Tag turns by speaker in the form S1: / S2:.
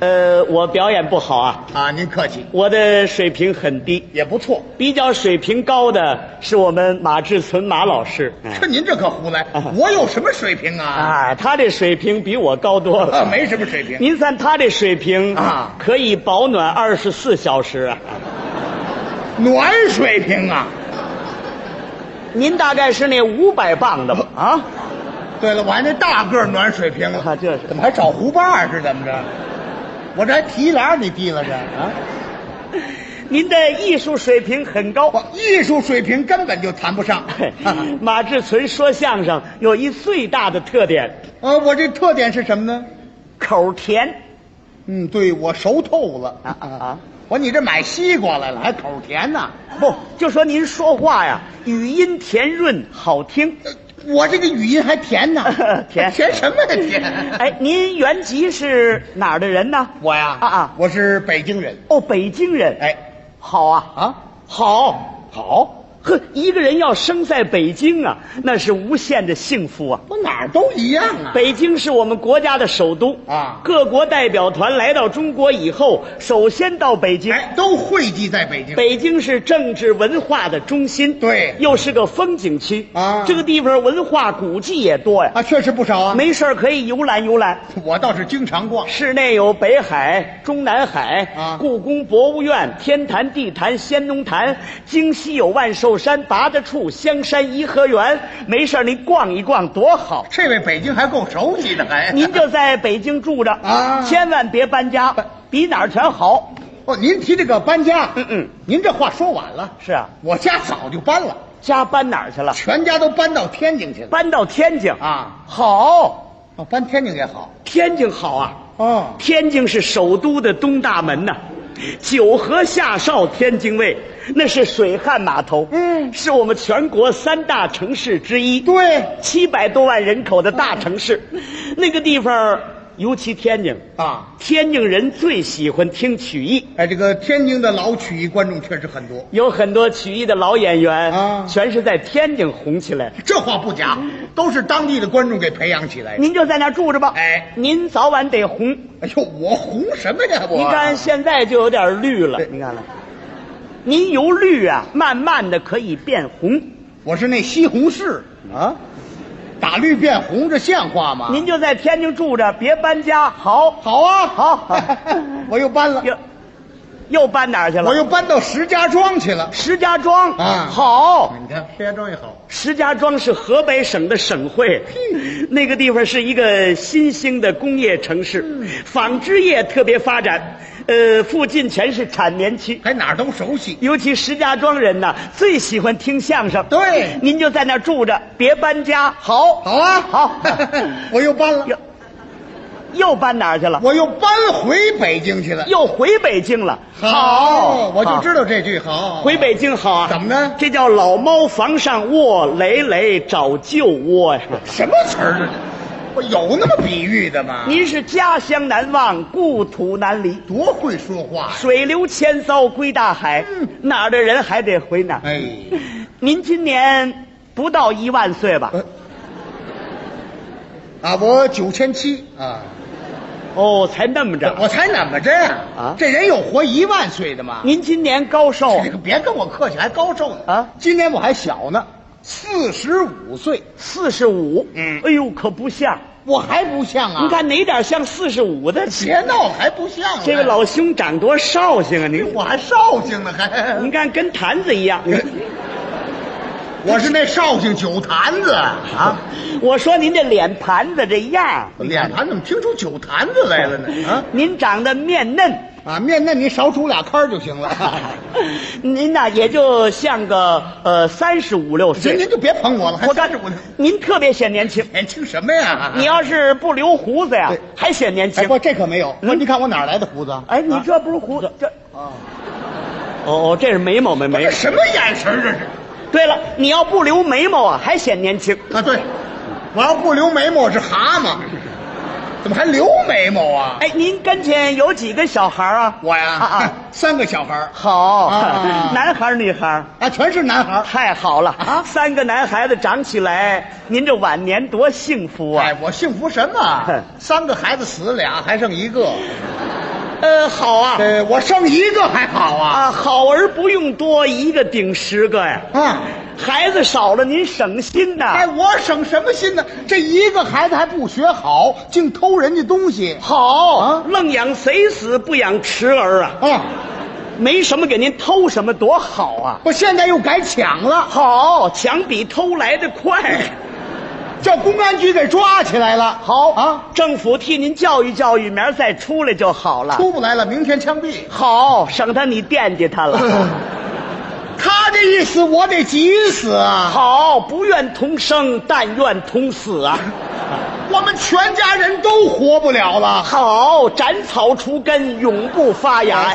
S1: 呃，我表演不好啊，
S2: 啊，您客气，
S1: 我的水平很低。
S2: 也不错。
S1: 比较水平高的是我们马志存马老师，
S2: 这您这可胡来，我有什么水平啊？
S1: 啊，他这水平比我高多
S2: 啊，
S1: 了。
S2: 没什么水平。
S1: 您看他这水平
S2: 啊
S1: 可以保暖二十四小时啊。
S2: 暖水平啊！
S1: 您大概是那五百磅的吧？啊，
S2: 对了，我还那大个儿暖水平了，
S1: 啊这是
S2: 怎么还找胡巴儿是怎么着？我这还提篮儿你提了这啊？
S1: 您的艺术水平很高。。
S2: 我艺术水平根本就谈不上啊
S1: 马志存说相声有一最大的特点，
S2: 呃，我这特点是什么呢？
S1: 口甜。
S2: 嗯，对我熟透了
S1: 啊啊啊！
S2: 我说你这买西瓜来了，还口甜呢？
S1: 不，就说您说话呀，语音甜润好听。，
S2: 呃我这个语音还甜呢
S1: 甜
S2: 甜什么呀甜？
S1: 哎，您原籍是哪儿的人呢？
S2: 我呀
S1: 啊啊
S2: 我是北京人。
S1: 哦，北京人。
S2: 哎，
S1: 好啊，
S2: 啊，
S1: 好，好。呵，一个人要生在北京啊，那是无限的幸福啊。
S2: 我哪儿都一样啊。
S1: 北京是我们国家的首都
S2: 啊
S1: 各国代表团来到中国以后，首先到北京。
S2: 哎，都汇集在北京。
S1: 北京是政治文化的中心，
S2: 对
S1: 又是个风景区
S2: 啊
S1: 这个地方文化古迹也多呀，
S2: 啊，确实不少啊。
S1: 没事儿可以游览游览。
S2: 我倒是经常逛。
S1: 市内有北海、中南海、
S2: 啊
S1: 故宫博物院、天坛、地坛、先农坛；京西有万寿山、八大处、香山颐和园。没事儿您逛一逛多好。
S2: 这位北京还够熟悉的，还
S1: 您就在北京住着
S2: 啊
S1: 千万别搬家，比哪儿全好。
S2: 哦，您提这个搬家，
S1: 嗯嗯，
S2: 您这话说晚了。
S1: 是啊，
S2: 我家早就搬了，
S1: 家搬哪儿去了？
S2: 全家都搬到天津去了。
S1: 搬到天津
S2: 啊，
S1: 好，
S2: 哦，搬天津也好。
S1: 天津好啊。
S2: 哦，
S1: 天津是首都的东大门呐、九河下哨天津卫，那是水旱码头，
S2: 嗯
S1: 是我们全国三大城市之一，
S2: 对
S1: 七百多万人口的大城市，
S2: 嗯
S1: 那个地方，尤其天津，
S2: 啊，
S1: 天津人最喜欢听曲艺。
S2: 哎，这个天津的老曲艺观众确实很多，
S1: 有很多曲艺的老演员
S2: 啊
S1: 全是在天津红起来的。
S2: 这话不假，
S1: 嗯
S2: 都是当地的观众给培养起来的。
S1: 您就在那儿住着吧，
S2: 哎
S1: 您早晚得红。
S2: 哎呦，我红什么呀？我
S1: 您看现在就有点绿了，
S2: 对
S1: 您看了，您由绿啊，慢慢的可以变红。
S2: 我是那西红柿啊，打绿变红，这像话吗？
S1: 您就在天津住着，别搬家。好，
S2: 好啊，
S1: 好好
S2: 我又搬了，
S1: 又又搬哪儿去
S2: 我
S1: 了？
S2: 又搬到石家庄去了。
S1: 石家庄
S2: 啊
S1: 好，
S2: 你看石家庄也好，
S1: 石家庄是河北省的省会，
S2: 嗯
S1: 那个地方是一个新兴的工业城市，
S2: 嗯
S1: 纺织业特别发展，呃，附近全是产棉区。
S2: 还哪儿都熟悉。
S1: 尤其石家庄人呐，最喜欢听相声。
S2: 对
S1: 您就在那儿住着，别搬家。好，
S2: 好啊，
S1: 好
S2: 我又搬了，
S1: 又又搬哪儿去了？
S2: 我又搬回北京去了。
S1: 又回北京了。
S2: 我就
S1: 道。
S2: 知道这句好。
S1: 回北京好啊？
S2: 怎么呢
S1: 这叫老猫房上卧，累累找旧窝呀。
S2: 什么词儿呢？我有那么比喻的吗？
S1: 您是家乡难忘，故土难离。
S2: 多会说话呀！
S1: 水流千艘归大海，
S2: 嗯
S1: 哪儿的人还得回哪儿。
S2: 哎，
S1: 您今年不到一万岁吧？
S2: 呃啊，我九千七啊，
S1: 哦，才那么着。
S2: 我才怎么这样
S1: 啊
S2: 这人有活一万岁的吗？
S1: 您今年高寿
S2: 你可别跟我客气，还高寿呢
S1: 啊
S2: 今年我还小呢，四十五岁，
S1: 四十五，
S2: 嗯
S1: 哎呦，可不像。
S2: 我还不像啊！
S1: 您看哪点像四十五的？
S2: 别闹，还不像呢
S1: 这位老兄长多绍兴啊！您，
S2: 我还绍兴呢，还
S1: 您看跟坛子一样。
S2: 我是那绍兴酒坛子啊！嗯
S1: 我说您这脸盘子这样儿，
S2: 脸盘怎么听出酒坛子来了呢？啊
S1: 您长得面嫩，
S2: 啊，面那你少煮俩坎儿就 行了。
S1: 您呐也就像个呃三十五六
S2: 行，您
S1: 岁。
S2: 就别捧我了，还
S1: 我告
S2: 三十五呢。
S1: 您特别显年轻。
S2: 年轻什么呀？
S1: 你要是不留胡子呀
S2: 对，
S1: 还显年
S2: 哎
S1: 轻。
S2: 不，这可没有。不是，你看我哪儿来的胡子啊？
S1: 哎，你这不是胡子，这
S2: 啊，
S1: 哦哦，这是眉毛没
S2: 不
S1: 眉
S2: 是。什么眼神儿这是？
S1: 对了，你要不留眉毛啊，还显年轻。
S2: 啊，对，我要不留眉毛我是蛤蟆，怎么还留眉毛啊？
S1: 哎，您跟前有几个小孩儿啊？
S2: 我呀，
S1: 啊啊
S2: 三个小孩儿
S1: 好
S2: 啊，
S1: 男孩儿女孩儿。
S2: 啊，全是男孩儿。
S1: 太好了
S2: 啊
S1: 三个男孩子长起来，您这晚年多幸福啊！
S2: 哎哎，我幸福什么？三个孩子死了俩，还剩一个，
S1: 呃，好啊，
S2: 呃，我生一个还好啊。
S1: 啊，好儿不用多，一个顶十个呀。
S2: 啊，
S1: 孩子少了您省心
S2: 哎，
S1: 呐。
S2: 我省什么心呢？这一个孩子还不学好，净偷人家东西。
S1: 好，
S2: 啊
S1: 愣养贼死不养迟儿啊，
S2: 啊，
S1: 没什么给您偷什么，多好啊！
S2: 我现在又改抢了，
S1: 好，抢比偷来的快。
S2: 叫公安局给抓起来了。好啊，
S1: 政府替您教育教育，明儿再出来就好了。
S2: 出不来了，明天枪毙。
S1: 好，省得你惦记他了。
S2: 嗯他这一死，我得急死啊！
S1: 好，不愿同生，但愿同死啊！
S2: 我们全家人都活不了了。
S1: 哎 好，斩草除根，永不发芽呀！